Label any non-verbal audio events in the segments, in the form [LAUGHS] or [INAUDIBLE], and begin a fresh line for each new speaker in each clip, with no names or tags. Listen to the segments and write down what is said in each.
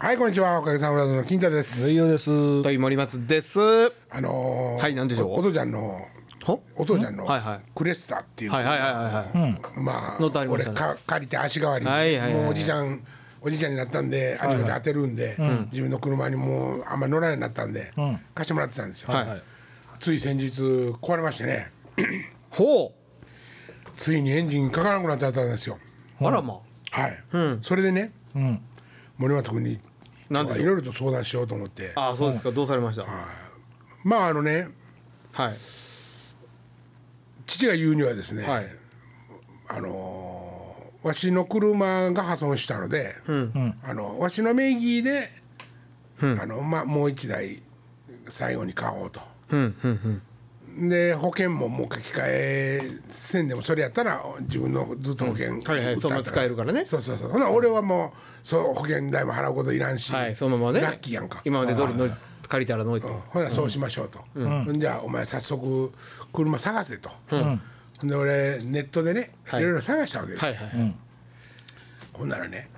はいこんにちはおかげさまでの金太です
いよです。
と森松です。
あのー
はい何でしょう
おお父ちゃんの
ほ
お父ちゃんの
はいはい
クレスタっていう
はいはいはいはいはい。
まあ
ノートありま
俺
したね
か借りて足代わりに、
はいはいはい
もうおじちゃんおじいちゃんになったんであちこち当てるんで、自分の車にもうあんまり乗らないようになったんで、貸してもらってたんですよ、
はい
つい先日壊れましてね
ほ
ついにエンジンかからなくなっちゃったんですよ
う。あらま。
はい、それでね
うん。
森松君に
なんでしょう
いろいろと相談しようと思って
ああそうですか。どうされました。
まああのね
はい
父が言うにはですね、
はい。
あのーわしの車が破損したので、あのわしの名義で、あのまあ、もう一台最後に買おうと。
うんうん
で保険ももう書き換えせんでもそれやったら自分のずっと保険、
はいは
売っ
い
た
そのまま使えるからね
そうそうそうほな俺はもうそう保険代も払うこといらんし、
うん。はいそのままね。
ラッキーやんか
今まで通り乗り借りたら乗り
うんほなそうしましょうと、じゃあお前早速車探せと、ほんで俺ネットでね、、
はいい
ろいろ探したわけです、
はいはい。
ほんならね、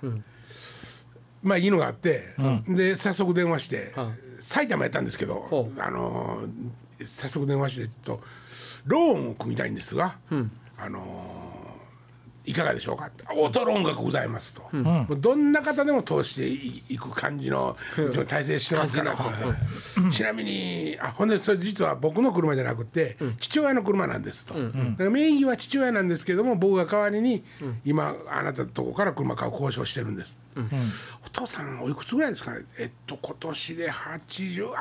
まあいいのがあって、で早速電話して、埼玉やったんですけど
ほ、
あのー早速電話してちょっとローンを組みたいんですが、あのーいかがでしょうかって「オートローンがございますと」もうどんな方でも通していいく感じのうちの体制してますからとちなみにあほんでそれ実は僕の車じゃなくて、父親の車なんですと、だから名義は父親なんですけども僕が代わりに、今あなたのとこから車買う交渉してるんです、お父さんおいくつぐらいですかねえっと今年で80あー [LAUGHS]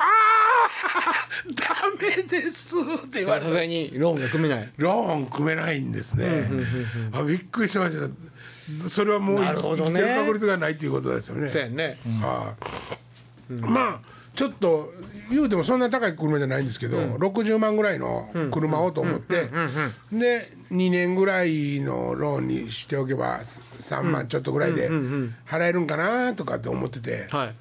ダメですって言われ
さ
て
すがにローンが組めない。
ローン組めないんですね。あびっくりしました。それはもう
なるほ
生
ど
き
ね
てる確率がないということですよね。
そうやね。
はいまあちょっと言うてもそんな高い車じゃないんですけど、60万ぐらいの車をと思って、で2年ぐらいのローンにしておけば3万ちょっとぐらいで払えるんかなとかって思ってて、
はい。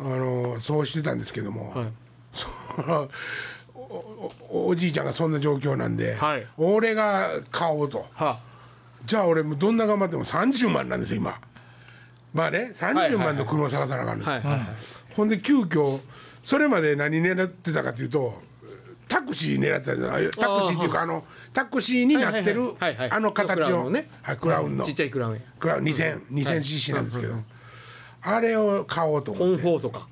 あのそうしてたんですけども、
はい
そのおおおじいちゃんがそんな状況なんで、
はい
俺が買おうと
は
じゃあ俺もどんな頑張っても30万なんですよ今まあね
はい
30
はい
万の車を探さなあかんで
あ
す、
はいはいはい。
ほんで急遽それまで何狙ってたかというとタクシー狙ってたじゃないタクシーっていうかあのタクシーになってる
はいはいはいはいはい
あの形
クラウン
を
のね
はいクラウンの
ちっちゃいクラウンや。
クラウン 2000cc なんですけどあれを買おうと
コ
思っ
ン
て
フォートか。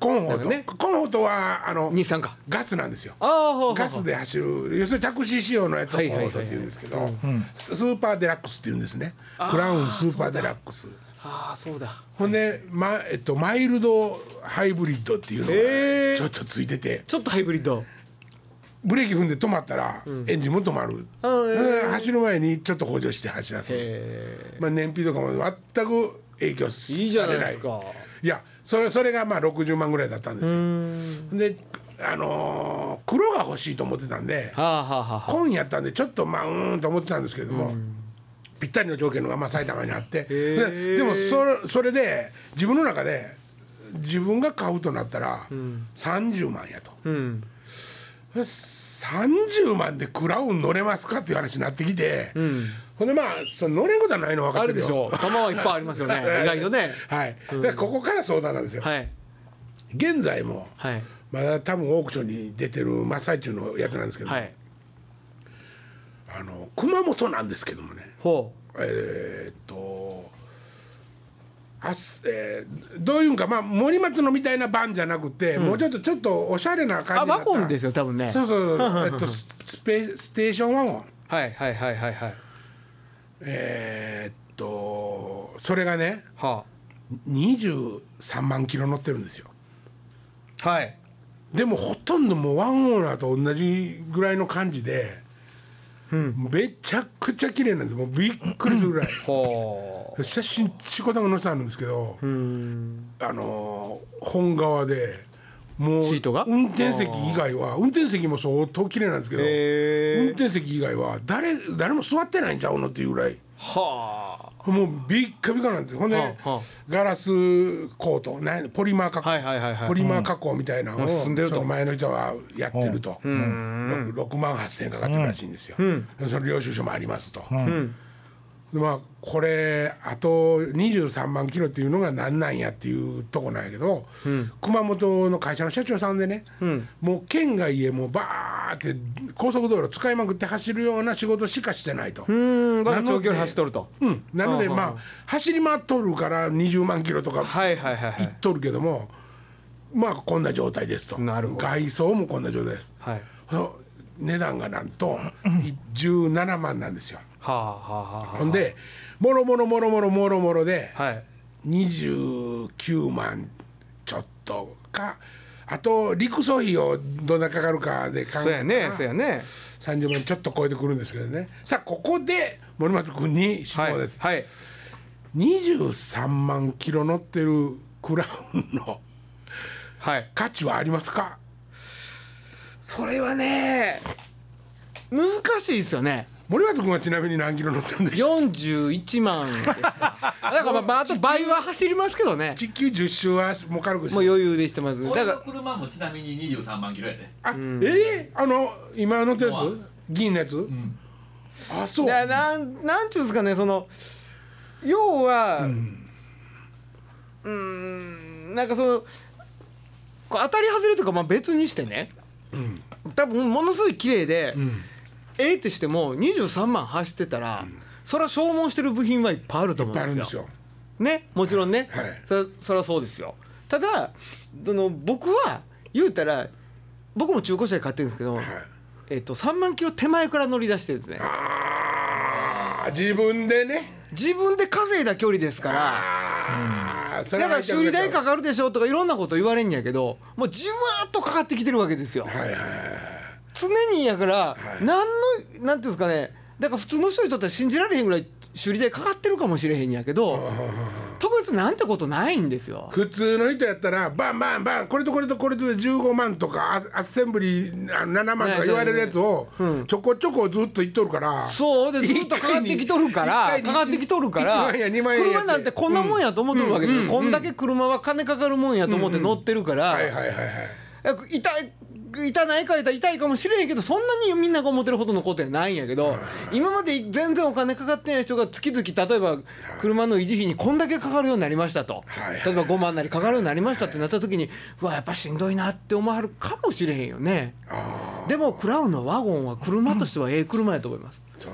コンホー
だ
ト、
よね
コンホートはあの
日産か。
ガスなんですよ
ああほうほうほう
ガスで走る要するにタクシー仕様のやつをコンホートっていうんですけどススーパーデラックスっていうんですねクラウンスーパーデラックス
ああそうだ。
ほんで、まえっと、マイルドハイブリッドっていうの
え
が
ー
ちょっとついてて、
ちょっとハイブリッド。
ブレーキ踏んで止まったらエンジンも止まる、
あーえ
で走る前にちょっと補助して走らせる、
え
まあ、燃費とかも全く影響
えいいじゃ
さ
な
れ
い
な
で
い
すか。
いやそれそれがまあ60万ぐらいだったんですよであのー黒が欲しいと思ってたんで
はあはあはあはあ。
紺やったんでちょっとまあうーんと思ってたんですけれどもぴったりの条件のがまあ埼玉にあってででもそれそれで自分の中で自分が買うとなったら30万やと、
うん。
30万でクラウン乗れますかっていう話になってきて、ほんでまあその乗れんことはないの分か
あ
ってる
る
よ
でしょう。玉はいっぱいありますよね。意外とね。
[LAUGHS] はい、でここから相談なんですよ、
はい。
現在も
はい。
まだ多分オークションに出てる真っ最中のやつなんですけど、
はい。
あの熊本なんですけどもね
ほ
えーっとあす、えーどういうんか、まあ、森松のみたいなバンじゃなくて、もうちょっとちょっとおしゃれな
う。
感じ
あ、
になっ
ワ
た
ゴンですよ、多分ね。
そうそうそう、えっと、ススペステーションワゴン
はいはいはいはいはい。
えーっとそれがね
は
23万キロ乗ってるんですよ
あ。はい。
でもほとんどもうワンオーナーと同じぐらいの感じで、めちゃくちゃ綺麗なんですもうびっくりするぐらい
ほ
写真仕事も載せたんですけど、あのー本側でもう
シートが
運転席以外は運転席も相当綺麗なんですけど、
う。へ
運
え。
転席以外は誰誰も座ってないんちゃうのっていうぐらい。
は
もうビッカビカなんですよほんで、
はあはあ
ガラスコートなんポリマー加工、
はいはいはいはい
ポリマー加工みたいなのを、
うん進んでると
その前の人がやってると、六六 6, 万8,000円かかってるらしいんですよ、その領収書もありますと、でまあこれあと23万キロっていうのが何なんやっていうとこなんやけど、熊本の会社の社長さんでね、もう県外へもうバーって高速道路使いまくって走るような仕事しかしてないと。
うんだから
なので
長距離走っとると
うん、なので
うん
まあ走り回っとるから20万キロとか
はいはいはいは
行っ
い
とるけども、まあこんな状態ですと
なるほど
外装もこんな状態です
はいは
ほ値段がなんとい17万なんですよ
あはあはあ
ほんでもろもろもろもろもろもろで
はい
29万ちょっとかあと陸送費をどんなかかるかで考えた
そうや
ら
ねそうやね
30万ちょっと超えてくるんですけどねさあここで森松君に質
はい
問です、
はい
23万キロ乗ってるクラウンの
はい
価値はありますか
それはね難しいですよね
森松君はちなみに何キロ乗ってるんでしょう
41万です [LAUGHS] かだからまあまああと倍は走りますけどね
地球10周はもう軽くして
もう余裕でしてますだ
俺
か
の
ら
車もちなみに23万キロやで
あえーあの今乗ってるやつ銀のやつ、
ん
あそう
だからなんなんていうんですかねその要はうんんなんかそのこう当たり外れとかまあ別にしてね、多分ものすごい綺麗で、ええってしても23万走ってたら、そりゃ消耗してる部品はいっぱいあると思
いっぱいあ
う
る
ん
ん
で
ですす
よ。
よ
ねもちろんね、
はい
そそりゃそうですよ。ただその僕は言うたら僕も中古車で買ってるんですけど、えっと3万キロ手前から乗り出してるんですね。
あー自分でね
自分で稼いだ距離ですから
あーそれ
だ
は
から修理代か
は
かるでしょとかいろんなこと言われんやけどもうじわーっとかかってきてるわけですよ
いはいはい
常にやから
い
何のなんていうんですかねだから普通の人にとっては信じられへんぐらい修理代かかってるかもしれへんやけど特別なんてことないんですよ
普通の人やったらバンバンバンこれとこれとこれとで15万とかアアッセンブリーあの7万とか言われるやつをちょこちょこずっと言っとるから
そうでずっとかかってきとるから
一回に
かかってきとるか
一
ら
万や二万ややって
車なんてこんなもんやと思っとるわけでこんだけ車は金かかるもんやと思って乗ってるから、
はいはいはいはい
痛い痛ないか言うたら痛いかもしれへんけどそんなにみんなが思ってるほどのことやないんやけど今まで全然お金かかってない人が月々例えば車の維持費にこんだけかかるようになりましたと
はいはい
例えば5万なりかかるようになりましたってなった時にうわやっぱしんどいなって思わはるかもしれへんよねでもクラウンのワゴンは車としてはええ車やと思います
そう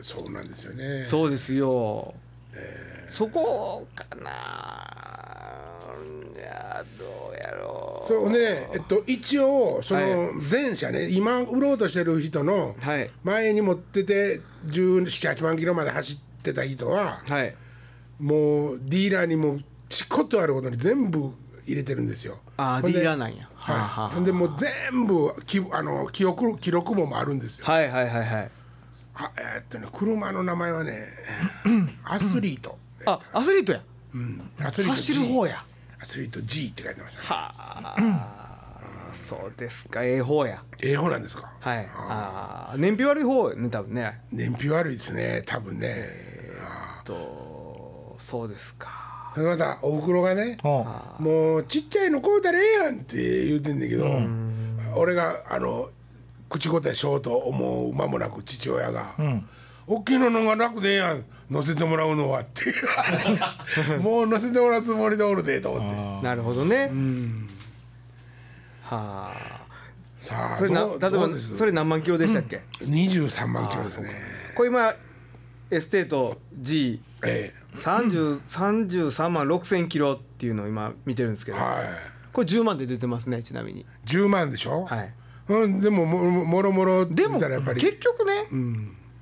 そうなんですよね
そうですよそこかないやどうやろう
そうねえっと一応そ
は
の前者ね今売ろうとしてる人の
はい
前に持ってて1718万キロまで走ってた人は
はい
もうディーラーにもうちことあることに全部入れてるんですよ
ああ
ほ
デ
んで
ィーラーなんやはあはあ
はい、ほんでもう全部きあの記憶記録簿もあるんですよ。
はいはいはいはい。
あえーっとね車の名前は
[CLEARS THROAT]
ねアスリート、
あ、アスリートや。
うん、アスリート G
走る方や。
アスリート G って書いてました、ね。
はあ。そうですか。ええ方や。
ええ方なんですか。
はい。ああ、燃費悪い方ね、多分ね。
燃費悪いですね多分ね。
と、そうですか。
またお袋がね
うん
もうちっちゃいの買うたらええやんって言うてんだけど、俺があの口答えしようと思う間もなく父親が「大きいののが楽でええやん乗せてもらうのは」ってもう乗せてもらうつもりでおるでと思って
なるほどね。は
さ
あ。
あ
それな、
ど
例
う
え
ど
ば
うです、
それ何万キロでしたっけ。
23万キロですね
これ今。エステート G
え
30 33万6000キロっていうのを今見てるんですけ
え
ど
はい
これ10万で出てますねちなみに
10万でしょ、
はい
うん、でももももろもろって
で
言
も
ったらやっぱり
結局ね、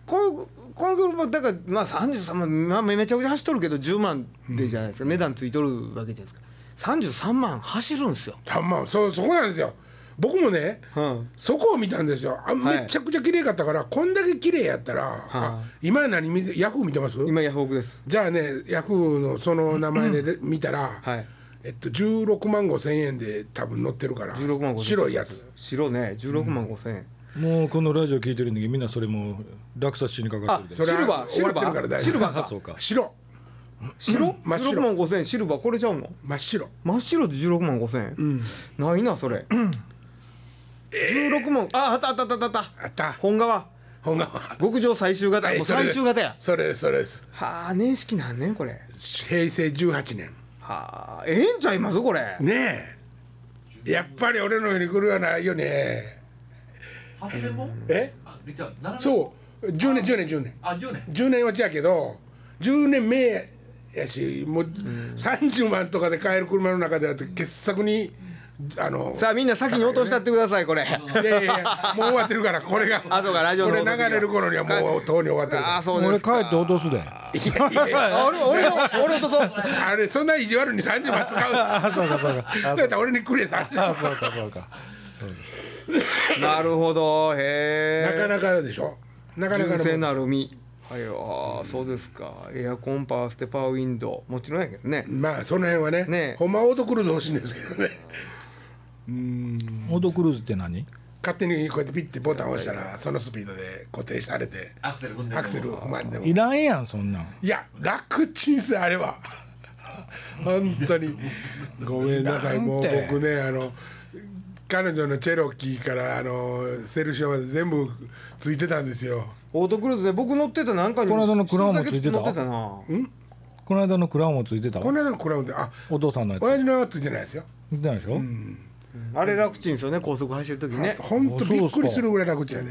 このこの車だからまあ33万、まあ、めちゃくちゃ走っとるけど10万でじゃないですか、値段ついとるわけじゃないですか33万走るんですよ、
3万そうそこなんですよ僕もね、
うん、
そこを見たんですよあ、
はい
めちゃくちゃ綺麗かったからこんだけ綺麗やったら、あ今何見てヤフー見てます
今ヤフオクです
じゃあねヤフーのその名前でで見たら、
はい
えっと、16万5千円で多分載ってるから
16万5千
白いやつ
白ね16万5千円、
もうこのラジオ聞いてるんだけどみんなそれもう落札しにかかっ
あ
てるで
シ
それは
ルバーシ
終わ
ル
ってる
バ
から大丈夫
ーシルバー
あ
か
そうか
[LAUGHS] 白
白
真っ白
16万5千円シルバーこれちゃうの
真っ白
真っ白で16万5千円、ないなそれ、16万ああったあったあったあった
あった
本革
本願は
極上最終型、
はい
もう
それ
最終型や
それですそれです
はあ年式なんねんこれ
平成18年
はあええんちゃいますこれ
ねえやっぱり俺のように来るはないよね
8年も
え
あじゃあ7年
そう10年10年10年
あ10年
10年落ちやけど10年目やしもう30万とかで買える車の中であって傑作にあの
さあみんな先に落としたってくださいこ
い
れ
やいやいやもう終わってるからこれが
後がラジオの
これ流れる頃にはもうとうに終わってる
ああ
か
そうで
俺
すか
帰って落とすで
らいやいや
あ俺俺の俺とそう
あれそんな意地悪に30万使う
あそうかそうか
だったら俺にくれ30万
あそうかそうか
なるほど
なか
へえ
なかでしょなかなか
純
の
正なる海はいああそうですかエアコンパワーステッパーウィンドウもちろんやけどね
まあその辺はね
ねえ
ほんまオートクルーズ欲しいんですけどね
オートクルーズって何
勝手にこうやってピッてボタン押したらそのスピードで固定されて
アクセル踏んでる
アクセル踏まんでも
いらんやんそんなん
いや楽ちんすあれ
[LAUGHS]
は本当にごめんなさいもう
なんて
僕ねあの彼女のチェロキーからあのセルシオまで全部ついてたんですよ
オートクルーズで僕乗ってたなんかに
この間のクラウンもついてた
乗ってたな
この間のクラウンもついてた
この間のコラボであ
お父さんのやつ
親父のはついてないですよ
見てないでしょ、
あれ楽ちんですよね高速走る時ね
本当
あそうっすか
びっくりするぐらい楽ちんやで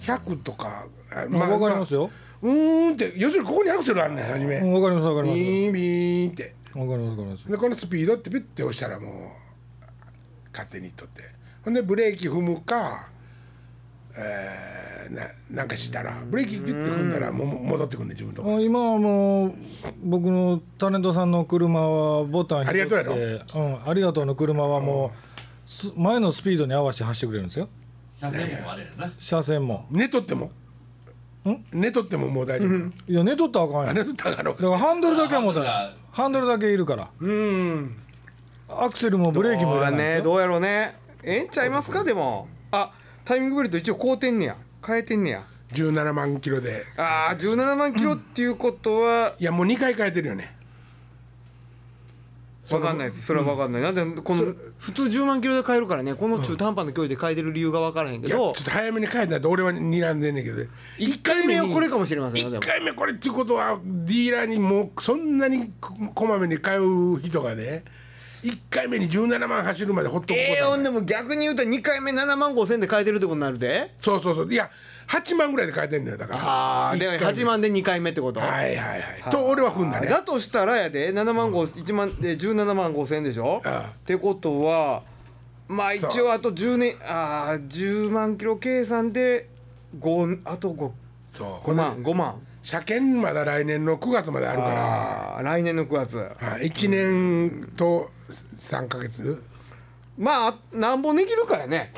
100とかあ
まあ、わかりますよ、
うーんって要するにここにアクセルあるねん初め
うんわかりますわかります
ビーンビーンって
わかりますわかります
でこのスピードってピュッて押したらもう勝手に取ってほんでブレーキ踏むか、えー、ななんかしたらブレーキピュッて踏んだらもう戻ってくるね自分のとこ
あ今はもう僕のタレントさんの車はボタン
ありがとうやろ
うん、ありがとうの車はもう、す前のスピードに合わせて走ってくれるんですよ
車線もあれやな
車線も
寝とっても
ん
寝とってももう大丈夫、
いや寝とったらあかん
あ
やん
寝
だ
とったから
からハンドルだけは持た
ハン
な
ドル
いハンドルだけいるから
うん
アクセルもブレーキもいらないんです
ね
よ
どうやろうねええんちゃいますかでもあタイミングベルト一応買うてんねや変えてんねや
17万キロで
あー17万キロっていうことはい
やもう2回変えてるよね
分かんないですそれは分かんない、なんでこの普通10万キロで買えるからねこの中途半端な距離で買えてる理由が分からへんけ
いやちょ
ど
っと早めに変えないと俺は睨んでんねんけど
1回目はこれかもしれませんよで
1
も
回目これっていうことはディーラーにもうそんなにここまめに通う人がね1回目に17万走るまでほっとくこと
ええ
は
ほ
ない
んでも逆に言うたら2回目7万5千で買えてるってことになるで
そうそうそういや8万ぐらいで変えてんだよだから
ああ
一回
で
目
8万で2回目ってこと、
はいはいはいと俺は踏んだね
だとしたらやで7万5 1万で17万5千でしょ
ああ
ってことはまあ一
そう
応あと10年ああ10万キロ計算で5あと5
そう
5万5万
車検まだ来年の9月まであるか
ああ来年の9月
ら1年と3か月
まあなんぼできるかやね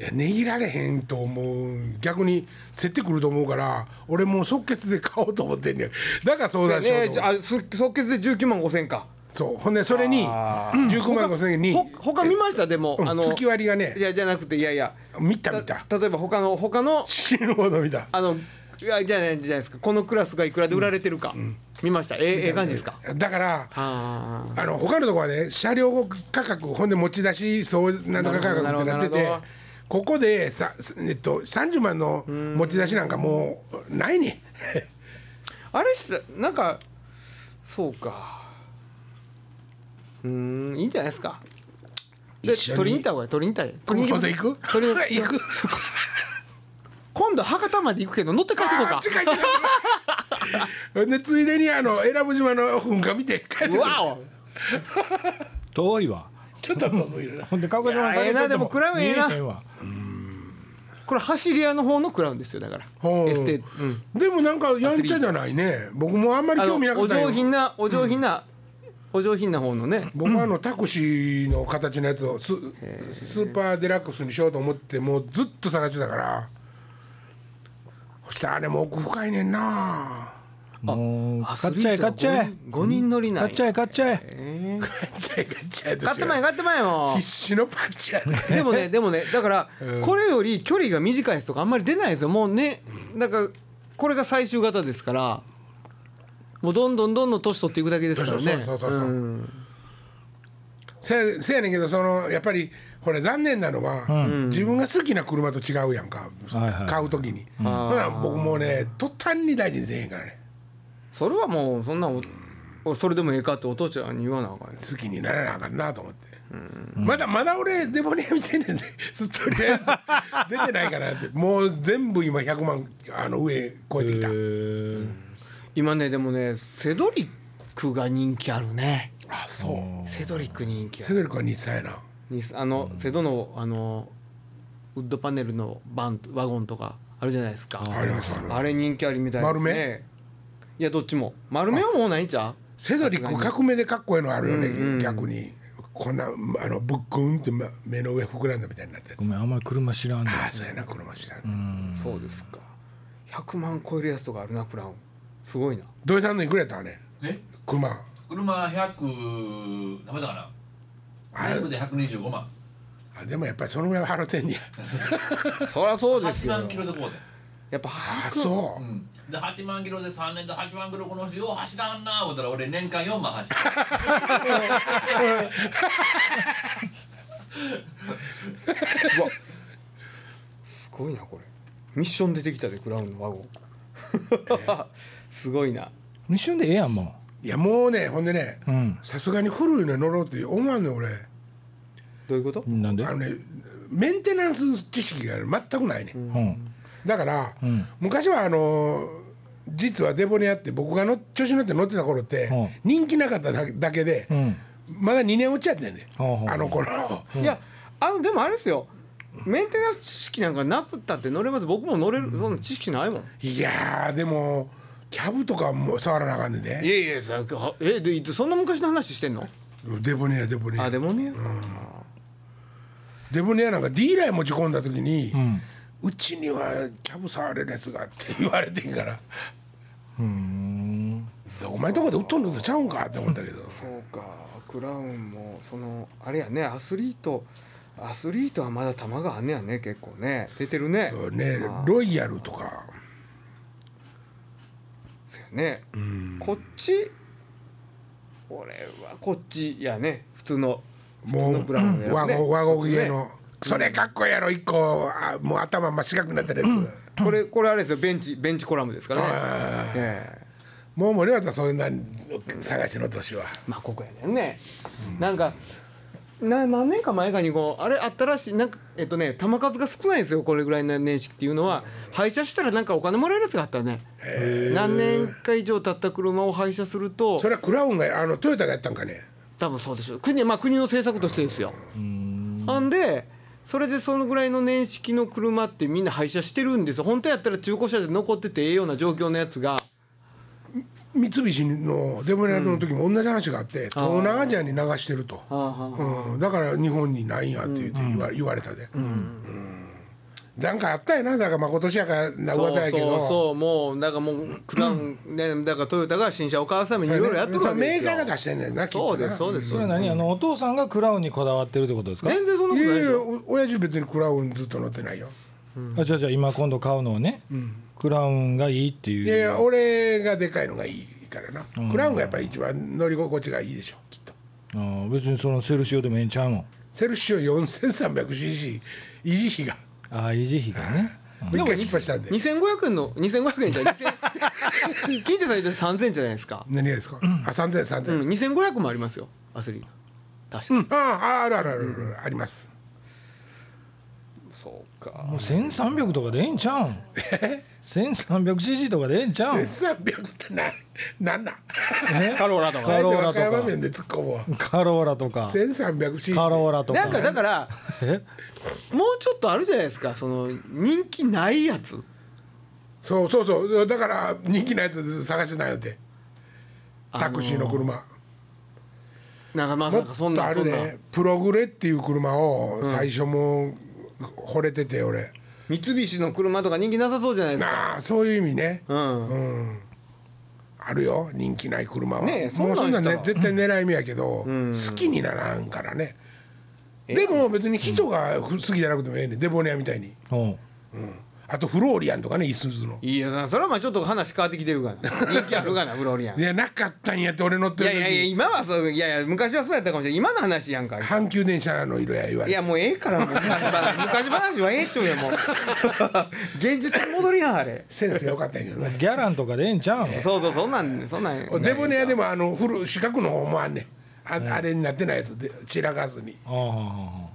いや値切られへんと思う逆に競ってくると思うから俺もう即決で買おうと思ってんねんだから相談しようと
ね
思っ
じ
て
ゃあす即決で19万5千か
そうほんでそれに
あ
19万5000円に
ほ他見ましたでも
うん
あの
月割りがね
いやじゃなくていやいや
見た
た
見た
例えば他の他の
死ぬほど見た
あのいやじゃないじゃないですかこのクラスがいくらで売られてるか見ましたええええ感じですか
だから
あ
あの他のとこはね車両価格ほんで持ち出しそうなんとか価格ってなって
なるほどな
て
るほど
ここでさ、えっと、30万の持ち出しなんかもうないね
ああれしたなんかそうかうーんいいんじゃないですかで
一緒に
取りに行った方がいい取りに行った方がいい取りに
今
行
度
き
行く
ます取りに
[LAUGHS] 行く
今度博多まで行くけど乗って帰ってこう
あ
か
ー近い近いほんでついでにあの選ぶ島の噴火見て帰ってく
う
る
わお
遠いわ
ちょっと遠すぎるな
ほんで鹿児島
いやええなでもクラウンええな
見えへんわ
これ走り屋の方のクラウンですよだから
ほう
エステうん
でもなんかやんちゃじゃないね僕もあんまり
あの
興味なか
お
ったよ
上品なお上品な、お上品な方のね
僕はあのタクシーの形のやつをススーパーデラックスにしようと思ってもうずっと探してたからそしたらあれも奥深いねんな
もう
アス
買っ
リー
ちゃえ
トが
買っちゃえ
五人五人乗りなんや
買っちゃえ買っちゃえ
ガチャガチャ
買ってまえ買ってまえも
必死のパンチやね
うでもねでもねだから、
うん
これより距離が短いやつとかあんまり出ないですよもうねだからこれが最終型ですからもうどんどんどんどん年取っていくだけです
そう
か
そ
ら
う
ね
そうそうそう
うん
せやせやねんけどそのやっぱりこれ残念なのは、自分が好きな車と違うやんか、
はいはい
買う時に、ほな僕もうね途端に大事にせえへんからね
それはもうそんなおおそれでもええかってお父ちゃんに言わなあかんね
好きにならなあかんなと思って、まだまだ俺デボニア見てんねんねずっ [LAUGHS] ととりあえず出てないからってもう全部今100万あの上超えてきた、
今ねでもねセドリックが人気あるね
あそう
セドリック人気あ
セ
る
ドリックは日産やな
にあのセドのあのウッドパネルのバンワゴンとかあるじゃないですか
ありますあります
あれ人気ありみたいですね
丸目
いやどっちも丸目はもうないんちゃう
セドリック革命でかっこいいのあるよね、
うんうん
逆にこんなあのぶっくんってま目の上膨らんだみたいになったやつ
ごめんあんまり車知らんねん
ああそうやな車知らん、
そうですか100万超えるやつとかあるなクラウンすごい [LAUGHS] な
土井さんのいくれたね
え
車
車100ダメだから
あ
全部で125万
あでもやっぱりそのぐらいは払ってんねや
そりゃそうです
8
よ
万キロでこうで
やっぱ
ああ
早く
そううん
で8万キロで3年で8万キロこの人よう走らんな思ったら俺年間4万
[LAUGHS]
走る
うわすごいなこれミッション出てきたでクラウンのワ [LAUGHS] ゴンすごいな
一瞬でええやんも
いやもうねほんでね
ううん
さすがに古いの乗ろうって思わんねん俺
どういうこと
なんで
あのねメンテナンス知識が全くないねん、
うん
だから、
ん
昔はあの実はデボニアって僕がの調子に乗って乗ってた頃って、
うん
人気なかっただだけで、
うん
まだ2年落ちやってんね、
ほうほう
あの頃、
いやあのでもあれですよメンテナンス知識なんかなくったって乗れます僕も乗れるそんな知識ないもん
いやーでもキャブとかも触らなあかんねん
い
で
やいやさはえでいつそんな昔の話してんの
デボニアデボニア
あでもね
デボニアなんか D ライン持ち込んだ時に、うんちにはキャブ触れるやつがって [LAUGHS] 言われてんから
うん
お前とこで売っとんのとちゃうんかって思ったけど
そうかクラウンもそのあれやねアスリートアスリートはまだ球があんねやね結構ね出てるね
そうねロイヤルとか
そうやね
うん
こっち俺はこっちやね普通の
も
普通のブラウンや
う
ね
和合和合家
こ
のそれかっこいいやろ一個あもう頭真っ四角になってるやつ
これこれあれですよベンチベンチコラムですからねええ
もう森田そんな探しの年は
まあここやねんね、なんかな何年か前かにこうあれあったらしいなんかえっとね球数が少ないんですよこれぐらいの年式っていうのは廃車したらなんかお金もらえるやつがあったね何年か以上経った車を廃車すると
それはクラウンがあのトヨタがやったんかね
多分そうでしょう国,、まあ、国の政策としてですよ。なんでそれでそのぐらいの年式の車ってみんな廃車してるんですよ本当やったら中古車で残っててええような状況のやつが
三菱のデモニアの時も同じ話があって、東南アジアに流してると、
ああは
うん、だから日本にないんやって言って言わ,、言われたで、うんなんかあったよなだからまあ今年やからな
そう
噂やけど
そうそうもうだからもうクラウン、ねだからトヨタが新車を買わすためにいろいろやってるわけですよ
メーカーが出してんねんなきっ
そ
と
うです
な
そうです
そ
そう
れ
で
は
す
何あのお父さんがクラウンにこだわってるってことですか
全然そんなこと
い
ない
やい
でし
や
ょ
お親父別にクラウンずっと乗ってないよ、
あじゃあじゃあ今今度買うのをねクラウンがいいって
いやい
いう
や俺がでかいのがいいからな、クラウンがやっぱり一番乗り心地がいいでしょきっと
あー別にそのセルシオでもええんちゃうもん
セルシオ 4300cc 維持費が
ああ維持費がね
一回失敗したんで
2500円の2500円じゃない2000 [LAUGHS] 聞いてたら3000円じゃないですか、
何がですか、あ3000 3000、
うん、2500もありますよアスリート確か
う
に、
ん、あああるあるあるある、あります
そう
も
か
う1300とかでええんちゃうん 1300cc とかでええんちゃうん
1300ってななんなん
え
ローラと
あえて
ローラ
和
とか
歌山弁で突っ込むわ
カローラとか
1300cc
カローラとか
なんかだから
え
もうちょっとあるじゃないですかその人気ないやつ
そうそうそうだから人気のやつ探してないのでタクシーの車、
なんかまあ
も
なんかそん
っと
な
あ
そ
る
んな
ねプログレっていう車を最初もう惚れてて俺、
三菱の車とか人気なさそうじゃないですか
なあそういう意味ね、
うん
あるよ人気ない車は、
ねえ
もう
そ
そ
ん
ん
な
なんん
したら
ね絶対狙い目やけど、好きにならんからね、でも別に人が好きじゃなくてもええねんデボニアみたいに
うん
あとフローリアンとかねいすゞの
いやそれはまあちょっと話変わってきてるから人気あるがなフローリアン
いやなかったんやって俺乗っ
い
てる
や
時
いやいや今はそういやいや昔はそうやったかもしれない今の話やんか
阪急電車の色や言わ
い
れて
やもうええからもう昔話昔話はええっちゅうやもう現実に戻りやんあれ
センス良かったんやけど
[LAUGHS]
ね
ギャランとかでええんちゃうん
そうそうそんなんそんなん
デボネアでもあの古四角の方もあんねんあ,、あれになってないやつで散らかずに
あああああ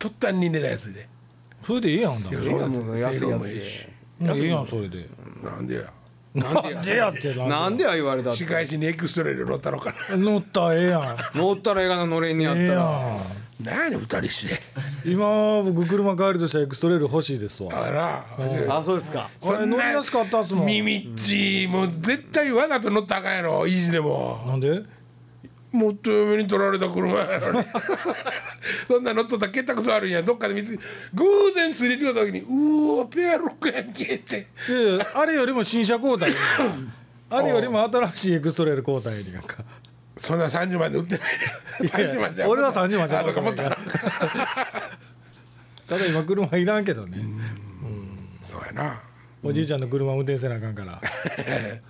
取ったんに寝たやつで
あそれでええやんだ
いやそ
も
うなん
もう
です
安い
性能
や
も
つ
ええ
で
し
んええやんそれで
なんでや
なんでやって
なんでや言われたって
仕返しにエクストレで乗ったのか
乗ったらええやん
乗ったら映画ののれんにあっ
ええ
たら
や
な何やねん二人して
ん今僕車帰りとしてエクストレール欲しいです
だ
わ
から
あそうですか
あれ乗りやすかったっすもん
耳っちもう絶対わざと乗ったらあかんやろ意地でも
なんで
もっと嫁に取られた車やろに [LAUGHS] そんな乗っとったらけったくそあるんやどっかで見つけ偶然すれ違った時に「うおペアロックやんけ」って
いやいやあれよりも新車交代やんかあれよりも新しいエクストレール交代やねんか
そんな30万で売ってないで30万で
俺は30万じゃ
あとかもっとある
ただ今車いらんけどね
そうやな
おじいちゃんの車運転せなあかんから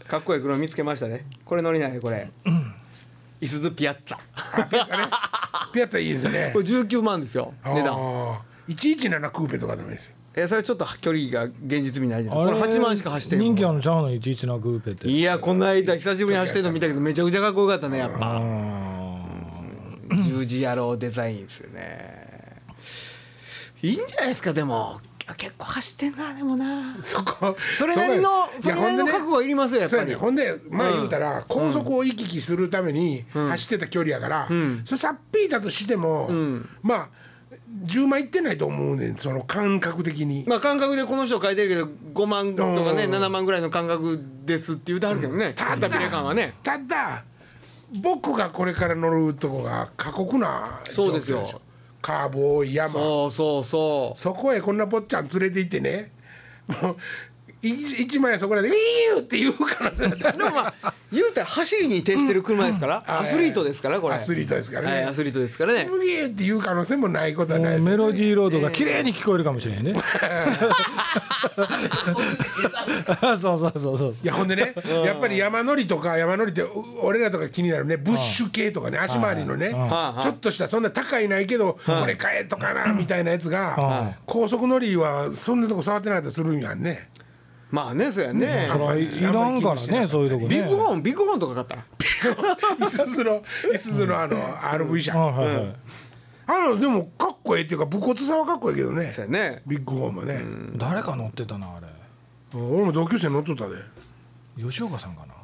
かっこいい車見つけましたねこれ乗りないこれイスズピアッツァ
ピアッタいいですね
これ19万ですよ値段
あー117クーペとかでもいいですよ
えそれちょっと距離が現実味ないですこれ8万しか走ってへんもん
人気あるんちゃうの117クーペって
いやこの間久しぶりに走ってるの見たけどめちゃくちゃかっこよかったねやっぱ十字野郎デザインですよねいいんじゃないですかでも結構走ってんなでもな
そこ
それなりの
う
それなりの
いや
覚悟いりますよやっ
そう
ぱ
やね
り
ほんで前言うたら、高速を行き来するために走ってた距離やから、それさっぴいだとしても、まあ10万いってないと思うねんその感覚的に、
まあ感覚でこの人書いてるけど5万とかね
うん
7万ぐらいの感覚ですって言うてはるけどね
た
た
だ
だピレ感はね
ただ僕がこれから乗るとこが過酷な状況
そうですよ
カーブ多い山
そうそうそう
そこへこんな坊っちゃん連れて行ってねもうい一枚はそこらで「イーって言うから
でもまあ [LAUGHS] 言うたら走りに徹してる車ですからアスリートですからこれ
アスリートですからね、
はいアスリートですからね
ブギーって言う可能性もないことはないで
もう
す
メロディーロードが綺麗に聞こえるかもしれへんねそうそうそうそう
いやほんでねやっぱり山乗りとか山乗りってう俺らとか気になるねブッシュ系とかね足回りのねち
ん
ょっとしたそんな高いないけどこれ買えとかなみたいなやつが高速乗りはそんなとこ触ってないとするんやん
[LAUGHS]
ね
まあねそうやね
そらいらんからねそういうとこ
ビ
ね
ッグホーンビッグホーンとか買ったら
5つの5つのあの RV 車
はいはいはい
あのでもかっこええっていうか武骨さはかっこええけどね
そうやね
ビッグホーンもね
誰か乗ってたなあれ
うん俺も同級生乗っとったで
吉岡さんかな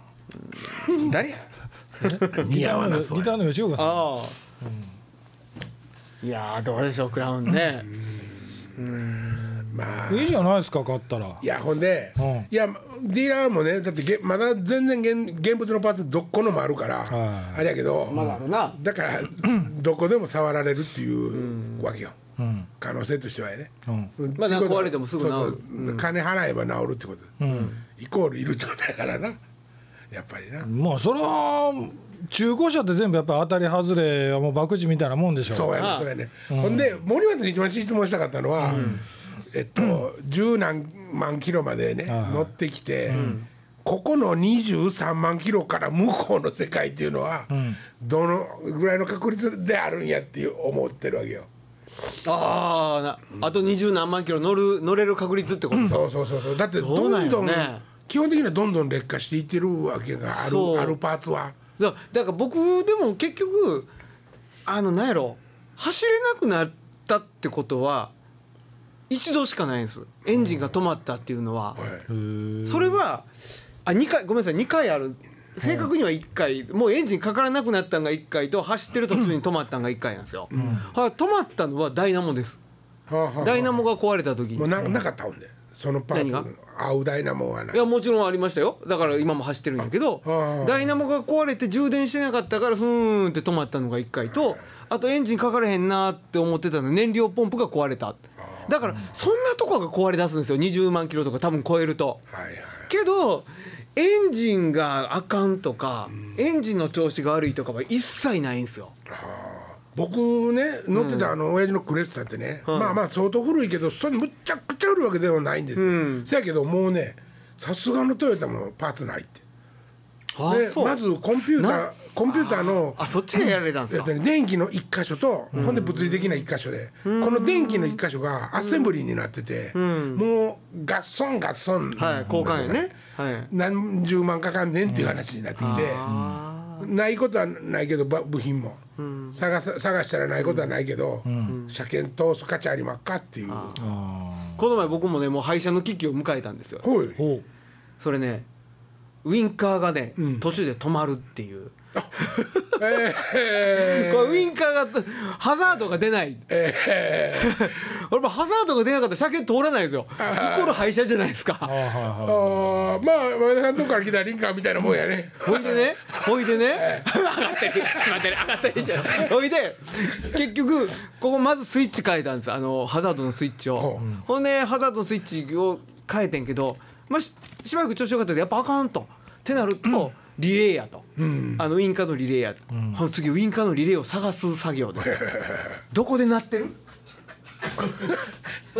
誰や
似合わな
ギ
そう
タ
や
ーの吉岡さん
ああ、いやーどうでしょうクラウンね
まあ
いいじゃないですか買ったら
いやほんで、
うん
いやディーラーもねだってげまだ全然現現物のパーツどっこのもあるから、
は
あれやけど、
まだあるな
だからどこでも触られるっていうわけよ、可能性としてはやね、
うん
まあ
ってことは
壊れてもすぐ治る
そうそう金払えば治るってこと、イコールいるってことやからなやっぱりな、
まあそれは中古車って全部やっぱり当たり外れはもう博打みたいなもんでしょ
そうやね
ああ
そうやね、ほんで森松に一番質問したかったのは、えっと十何万キロまでね乗ってきて、ここの23万キロから向こうの世界っていうのは、どのぐらいの確率であるんやっていう思ってるわけよ。
あーなあと二十何万キロ乗る乗れる確率ってことさ
そうそうそうそうだってど
どうなん
ん
や
ど
ろ
ん
ね
基本的にはどんどん劣化していってるわけがあ
そう
るあるパーツは。
だだから僕でも結局あのなんやろ走れなくなったってことは一度しかないんですエンジンが止まったっていうのは、
はい
それはあ2回ごめんなさい2回ある正確には1回もうエンジンかからなくなったんが1回と走ってる途中に止まったんが1回なんですよ、はい止まったのはダイナモです
はあはあはあ
ダイナモが壊れた時に
もうななかったほんでそのパー
何が
ツ合うダイナモはない
いやもちろんありましたよだから今も走ってるんやけど
あああ
ダイナモが壊れて充電してなかったからふーんって止まったのが1回とあとエンジンかからへんなーって思ってたの燃料ポンプが壊れただからそんなとこが壊れ出すんですよ20万キロとか多分超えると。
はいはい
けどエンジンがあかんとかエンジンの調子が悪いとかは一切ないんですよ
僕ね乗ってたあの親父のクレスタってね、まあまあ相当古いけどそれむちゃくちゃ売るわけではないんですよ、せやけどもうねさすがのトヨタもパーツないって
あ
で
そう
まずコンピューター
な
コンピューターの
あそっちがやられたんです
えっ
か
とね電気の一箇所と、ほんで物理的な一箇所で、この電気の一箇所がアセンブリーになってて、もうガッソンガッソン、
はい交換やねはい
何十万かかんねんっていう話になってきて、ないことはないけどば部品も、探さ探したらないことはないけど、車検通す価値ありまっかっていう、
この前僕もねもう廃車の危機を迎えたんですよ
ほい
ほ
それねウインカーがね、
ん
途中で止まるっていう、
え
これウインカーがとハザードが出ない、 [LAUGHS] 俺もハザードが出なかったら車検通らないですよイコール廃車じゃないです
う。
か [LAUGHS]
はいは
ー、
いは
あーまあ前田さんのとこから来たリンカーみたいなもんやね、
ほいでねほいでね上がったりしまったり上がったりしまったりほいで結局ここまずスイッチ変えたんですあのハザードのスイッチを、
うん
ほんでハザードのスイッチを変えてんけど、まあ、ししばらく調子よかったけどやっぱあかんとってなると、リレーやと、あのウインカーのリレーやと、ほんで次ウインカーのリレーを探す作業 [LAUGHS] ですよどこで鳴ってる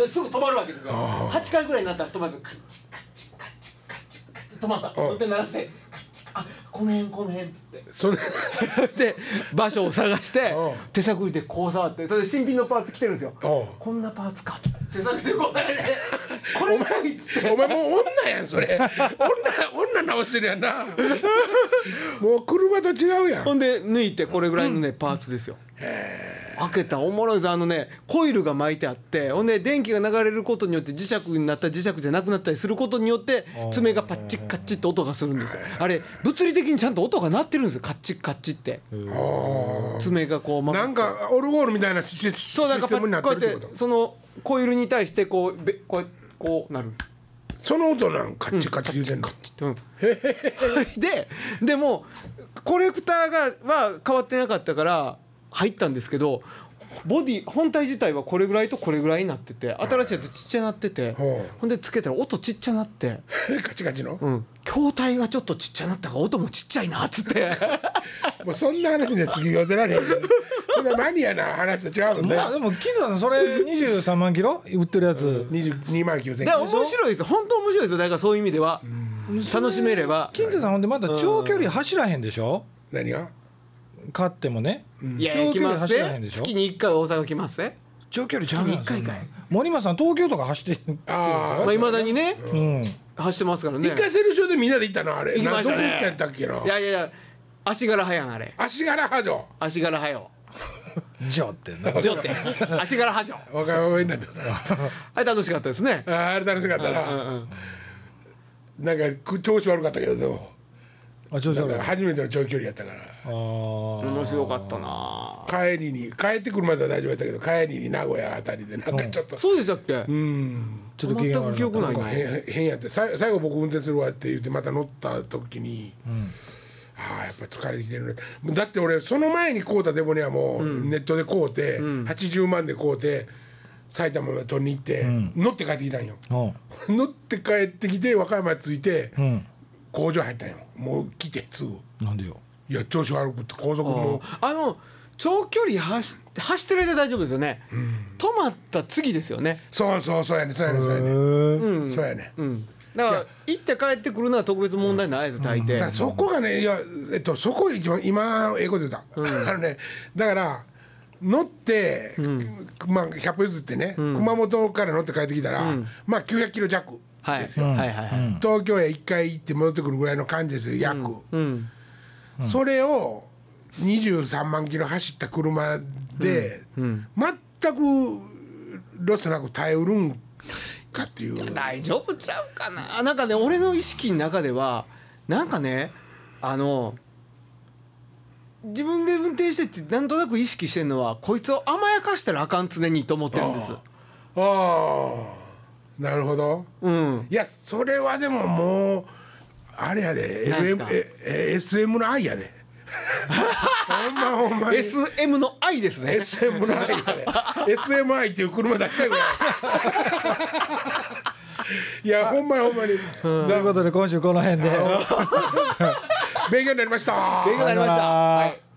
すぐ止まるわけですよ8回ぐらいになったら止まるカチカチカチカチカチ止まったもう一回鳴らしてカチあこの辺この辺っつって
そん
[LAUGHS]
な
で場所を探して
うん
手探りでこう触ってそれで新品のパーツ来てるんですよ
うん
こんなパーツかっつって手探りでこうやって [LAUGHS] これっぽいっつって
お前もう女やんそれ女女直してるやんなもう車と違うやん
ほんで抜いてこれぐらいのねパーツですよ開けたらおもろいですあのねコイルが巻いてあってほんで電気が流れることによって磁石になったり磁石じゃなくなったりすることによって爪がパッチッカッチッって音がするんですよあれ物理的にちゃんと音が鳴ってるんですよカッチッカッチッって爪がこう巻く
なんかオルゴールみたいなシシシ
そうなんか
ス
パ
テムになってる
ッこ
っ
う
て
やっ
こ
て
と
そのコイルに対してこうべこうやってこうなるんです
その音なんカッチカチ言うてんの、 [LAUGHS]
ちょっと [LAUGHS] ででもコレクターがは変わってなかったから入ったんですけどボディ本体自体はこれぐらいとこれぐらいになってて新しいやつちっちゃなってて
ほう
ほんでつけたら音ちっちゃなって、
カチカチの、
うん、筐体がちょっとちっちゃなったから音もちっちゃいなっ
[LAUGHS]
つって。
もうそんな話には次寄せられへんそんなマニアな話と違うもん
い。
ね、
まあでもキズさんそれ23万キロ売ってるやつ。
22万9000
だから面白いです本当面白いですよだからそういう意味では楽しめれば
キズさんほんでまだ長距離走らへんでしょ。
何が
買ってもね。
いや行
長
き
距離
ます
走らへん
ね
でしょ
月。に一回大阪来ますね
長距離ちゃうやん
月に一回かい
そんなん森間さん東京とか走ってる。
あ
ま
あ
あ、いまだにね、
うん。
走ってますからね
一回セルショーでみんなで行ったのあれ
行きましたね
などこ行ったんだっけない
やいやいや足柄はやんあれ
足柄波状
足柄はよ
じゃあって
[LAUGHS]
な。
ジョって足柄はじょ
若い女になってさ
あれ楽しかったですね
あーあれ楽しかった
うん
な、
うん
なんかく調子悪かったけどでも
あ長距
なん
離
か。初めての長距離やったから
あー
面白かったな
帰りに帰ってくるまでは大丈夫やったけど帰りに名古屋あたりでなんかちょっと、
そうでしたっけ
ちょっと機嫌
全く
悪
記憶ない
なん
な
か変変やってさい最後僕運転するわって言ってまた乗った時に、ああやっぱ疲れてきてるねだって俺その前に買うたデボニアもネットで買うて、80万で買うて埼玉まで取りに行って、乗って帰ってきたんよ [LAUGHS]
うん
乗って帰ってきて和歌山着いて
うん。
工場入ったんよもう来てすぐ
なんでよ。
いや調子悪くって高速も
ああの長距離走って走ってる間大丈夫ですよね止まった次ですよね
そうそうそうやねそうやねそうやね、そうやね、
うんだから行って帰ってくるのは特別問題ないです大
だか
抵
らそこがねいや、えっと、そこが一番今ええこと言った、あのねだから乗って、まあ、100歩譲ってね、熊本から乗って帰ってきたら、まあ900キロ弱
はいは
で
い
すよ、
はいはい
東京へ1回行って戻ってくるぐらいの感じですよ約、
うん
それを23万キロ走った車で、全くロスなく耐えうるんかっていう
大丈夫ちゃうかななんかね俺の意識の中ではなんかねあの自分で運転してってなんとなく意識してるのはこいつを甘やかしたらあかん常にと思ってるんです
ああなるほど
うん
いやそれはでももうあれやで
何す
LM
か
ええ SM の愛やで [LAUGHS] ほんまほんまに
SM の愛ですね
SM の愛やで SMI っていう車出したいぐ [LAUGHS] らいいやほんまにほんまに
ということで今週この辺で。
勉強になりました
勉強になりました
さよなら
はい